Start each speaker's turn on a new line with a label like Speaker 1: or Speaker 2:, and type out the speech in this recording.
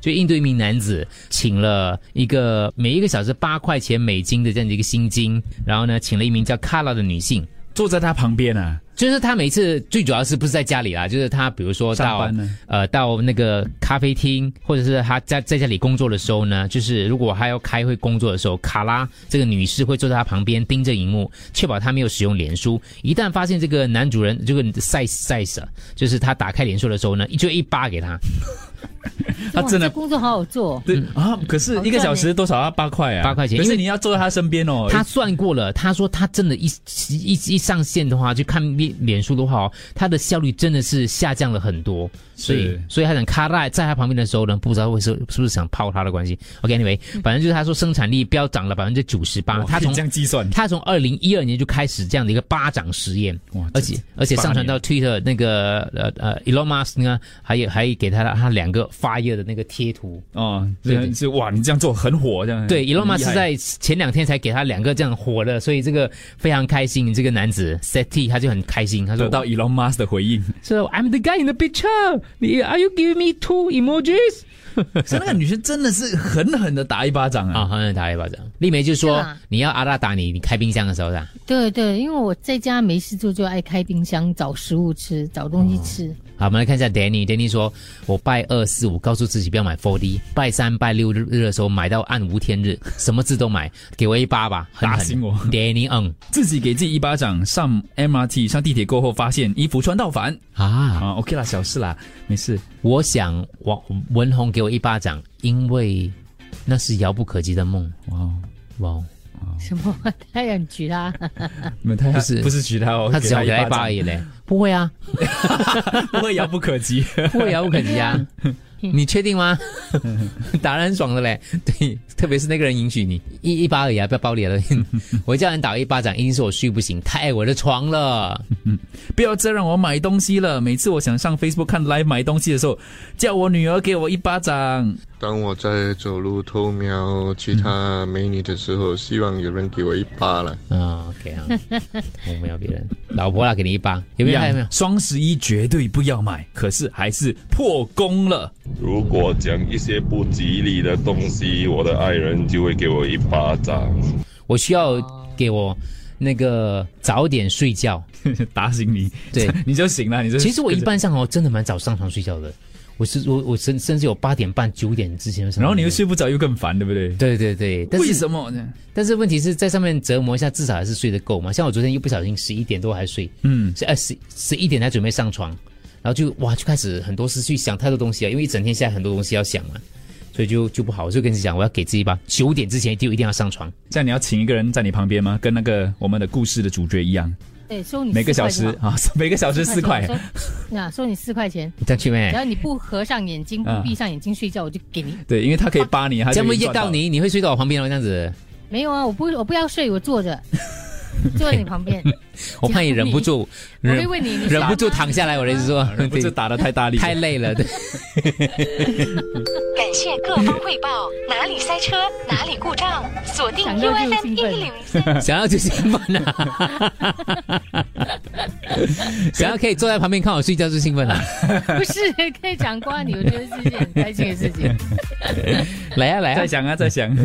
Speaker 1: 就印度一名男子请了一个每一个小时八块钱美金的这样的一个薪金，然后呢，请了一名叫 Kala 的女性。
Speaker 2: 坐在他旁边啊，
Speaker 1: 就是他每次最主要是不是在家里啦，就是他比如说
Speaker 2: 上
Speaker 1: 到
Speaker 2: 班呢
Speaker 1: 呃到那个咖啡厅，或者是他在在家里工作的时候呢，就是如果他要开会工作的时候，卡拉这个女士会坐在他旁边盯着荧幕，确保他没有使用脸书。一旦发现这个男主人这个 size size，啊就是他打开脸书的时候呢，就一巴给他
Speaker 2: 他真的
Speaker 3: 哇这工作好好做，
Speaker 2: 对啊，可是一个小时多少啊？八块啊，
Speaker 1: 嗯八块钱
Speaker 2: 可
Speaker 1: 因
Speaker 2: 是
Speaker 1: 为
Speaker 2: 你要坐在他身边哦，
Speaker 1: 他算过了，他说他真的一，一一上线的话，就看脸脸书的话哦，他的效率真的是下降了很多，所以
Speaker 2: 是
Speaker 1: 所以他想卡在在他旁边的时候呢，不知道会是是不是想泡他的关系。OK，anyway，、反 正就是他说生产力飙涨了百分之九十八，
Speaker 2: 哇
Speaker 1: 他
Speaker 2: 可以
Speaker 1: 从
Speaker 2: 这样计算，
Speaker 1: 他从二零一二年就开始这样的一个巴掌实验，
Speaker 2: 哇
Speaker 1: 而且而且上传到 Twitter 那个呃呃 Elon Musk 呢，还有还给他他两个发热的那个贴图，
Speaker 2: 哦，
Speaker 1: 对
Speaker 2: 这是哇，你这样做很火，这样
Speaker 1: 对，伊隆马
Speaker 2: 哎很厉
Speaker 1: 斯
Speaker 2: 害
Speaker 1: 在前两天才给他两个这样火的，所以这个非常开心。这个男子 Seti 他就很开心，他说
Speaker 2: 得到 Elon Musk 的 回应，
Speaker 1: So I'm the guy in the picture. Are you giving me two emojis？
Speaker 2: 所以那个女生真的是狠狠的打一巴掌
Speaker 1: 啊，
Speaker 2: 啊，
Speaker 1: 狠狠打一巴掌。丽梅就说
Speaker 3: 是啦：“
Speaker 1: 你要阿拉打你，你开冰箱的时候是吧？
Speaker 3: 对对，因为我在家没事做，就爱开冰箱找食物吃，找东西吃。
Speaker 2: 哦
Speaker 1: 好，我们来看一下 Danny。Danny 说：“我拜二四五告诉自己不要买 4D，拜三拜六日的时候买到暗无天日，什么字都买，给我一巴吧，狠狠
Speaker 2: 打醒我
Speaker 1: Danny 嗯
Speaker 2: 自己给自己一巴掌，上 MRT 上地铁过后发现衣服穿到反
Speaker 1: 啊，
Speaker 2: 啊，OK 啦，小事啦，没事，
Speaker 1: 我想王文红给我一巴掌，因为那是遥不可及的梦。
Speaker 2: 哇哦，
Speaker 1: 哇哦，
Speaker 3: 什么？他 也很举啦，
Speaker 2: 你们太
Speaker 1: 不是
Speaker 2: 不是娶她哦，
Speaker 1: 他只想给他一
Speaker 2: 一
Speaker 1: 巴而已嘞。不会啊，
Speaker 2: 掌， 不会遥不可及，
Speaker 1: 不会遥不可及 啊。你确定吗？ 打得很爽的嘞，对，特别是那个人允许你一一巴而已啊，不要包脸了。 我叫人打一巴掌，一定是我睡不醒，太爱我的床 了。
Speaker 2: 不要再让我买东西了。每次我想上 Facebook 看 Live 买东西的时候，叫我女儿给我一巴掌。
Speaker 4: 当我在走路偷瞄其他美女的时候，希望有人给我一巴了。
Speaker 1: 啊、o k 啊，我没有别人，老婆啦，给你一巴，有没有？还有没有？
Speaker 2: 双十一绝对不要买，可是还是破功了。
Speaker 5: 如果讲一些不吉利的东西，我的爱人就会给我一巴掌。
Speaker 1: 我需要给我那个早点睡觉。
Speaker 2: 打醒你，
Speaker 1: 对
Speaker 2: 你就醒了。你就
Speaker 1: 其实我一，般上哦，真的蛮早上床睡觉的。我是我我甚甚至有八点半九点之前就上床
Speaker 2: 然后你又睡不着，又更烦，对不对？
Speaker 1: 对对对，但
Speaker 2: 为
Speaker 1: 是
Speaker 2: 什么呢？
Speaker 1: 但是问题是在上面折磨一下，至少还是睡得够嘛。像我昨天一不小心十一点多还睡，
Speaker 2: 嗯，
Speaker 1: 是呃十十一点才准备上床，然后就哇就开始很多事去想太多东西啊了，因为一整天下来很多东西要想嘛，所以就就不好。我就跟你讲，我要给自己吧，九点之前就一定要上床。
Speaker 2: 这样你要请一个人在你旁边吗？跟那个我们的故事的主角一样，
Speaker 3: 对，收你
Speaker 2: 每个
Speaker 3: 四
Speaker 2: 小
Speaker 3: 块就
Speaker 2: 时
Speaker 3: 好
Speaker 2: 啊， 每个小时四块。，哎
Speaker 3: 那、啊、收你四块钱，
Speaker 1: 你这样去没
Speaker 3: 只？要你不合上眼睛，
Speaker 2: 啊
Speaker 3: 不闭上眼睛睡觉，我就给你。
Speaker 2: 对，因为他可以扒你，他
Speaker 1: 这
Speaker 2: 就
Speaker 1: 样
Speaker 2: 可
Speaker 1: 会
Speaker 2: 以
Speaker 1: 越
Speaker 2: 赚
Speaker 1: 到你，你会睡到我旁边哦，这样子，
Speaker 3: 没有啊，我不我不要睡，我 坐着，坐在你旁边，
Speaker 1: 我怕你忍不住，
Speaker 3: 我
Speaker 1: 忍
Speaker 3: 会问你，你
Speaker 1: 忍不住
Speaker 3: 爽吗
Speaker 1: 躺下来。我的意思 说，
Speaker 2: 忍不住
Speaker 1: 对
Speaker 2: 打的太大力，
Speaker 1: 太累了，对。
Speaker 6: 感谢各方汇报，哪里塞车，哪里故障，锁定
Speaker 3: 想到就
Speaker 6: UFM
Speaker 3: 兴
Speaker 6: 一
Speaker 3: 奋
Speaker 6: 零三。
Speaker 1: 想要就兴奋了，啊 想要可以坐在旁边看我睡觉就兴奋啊了。
Speaker 3: 不是，可以讲瓜你，我觉得是一件很开心的事情。
Speaker 1: 来呀、来呀、啊
Speaker 2: 再想啊，再想。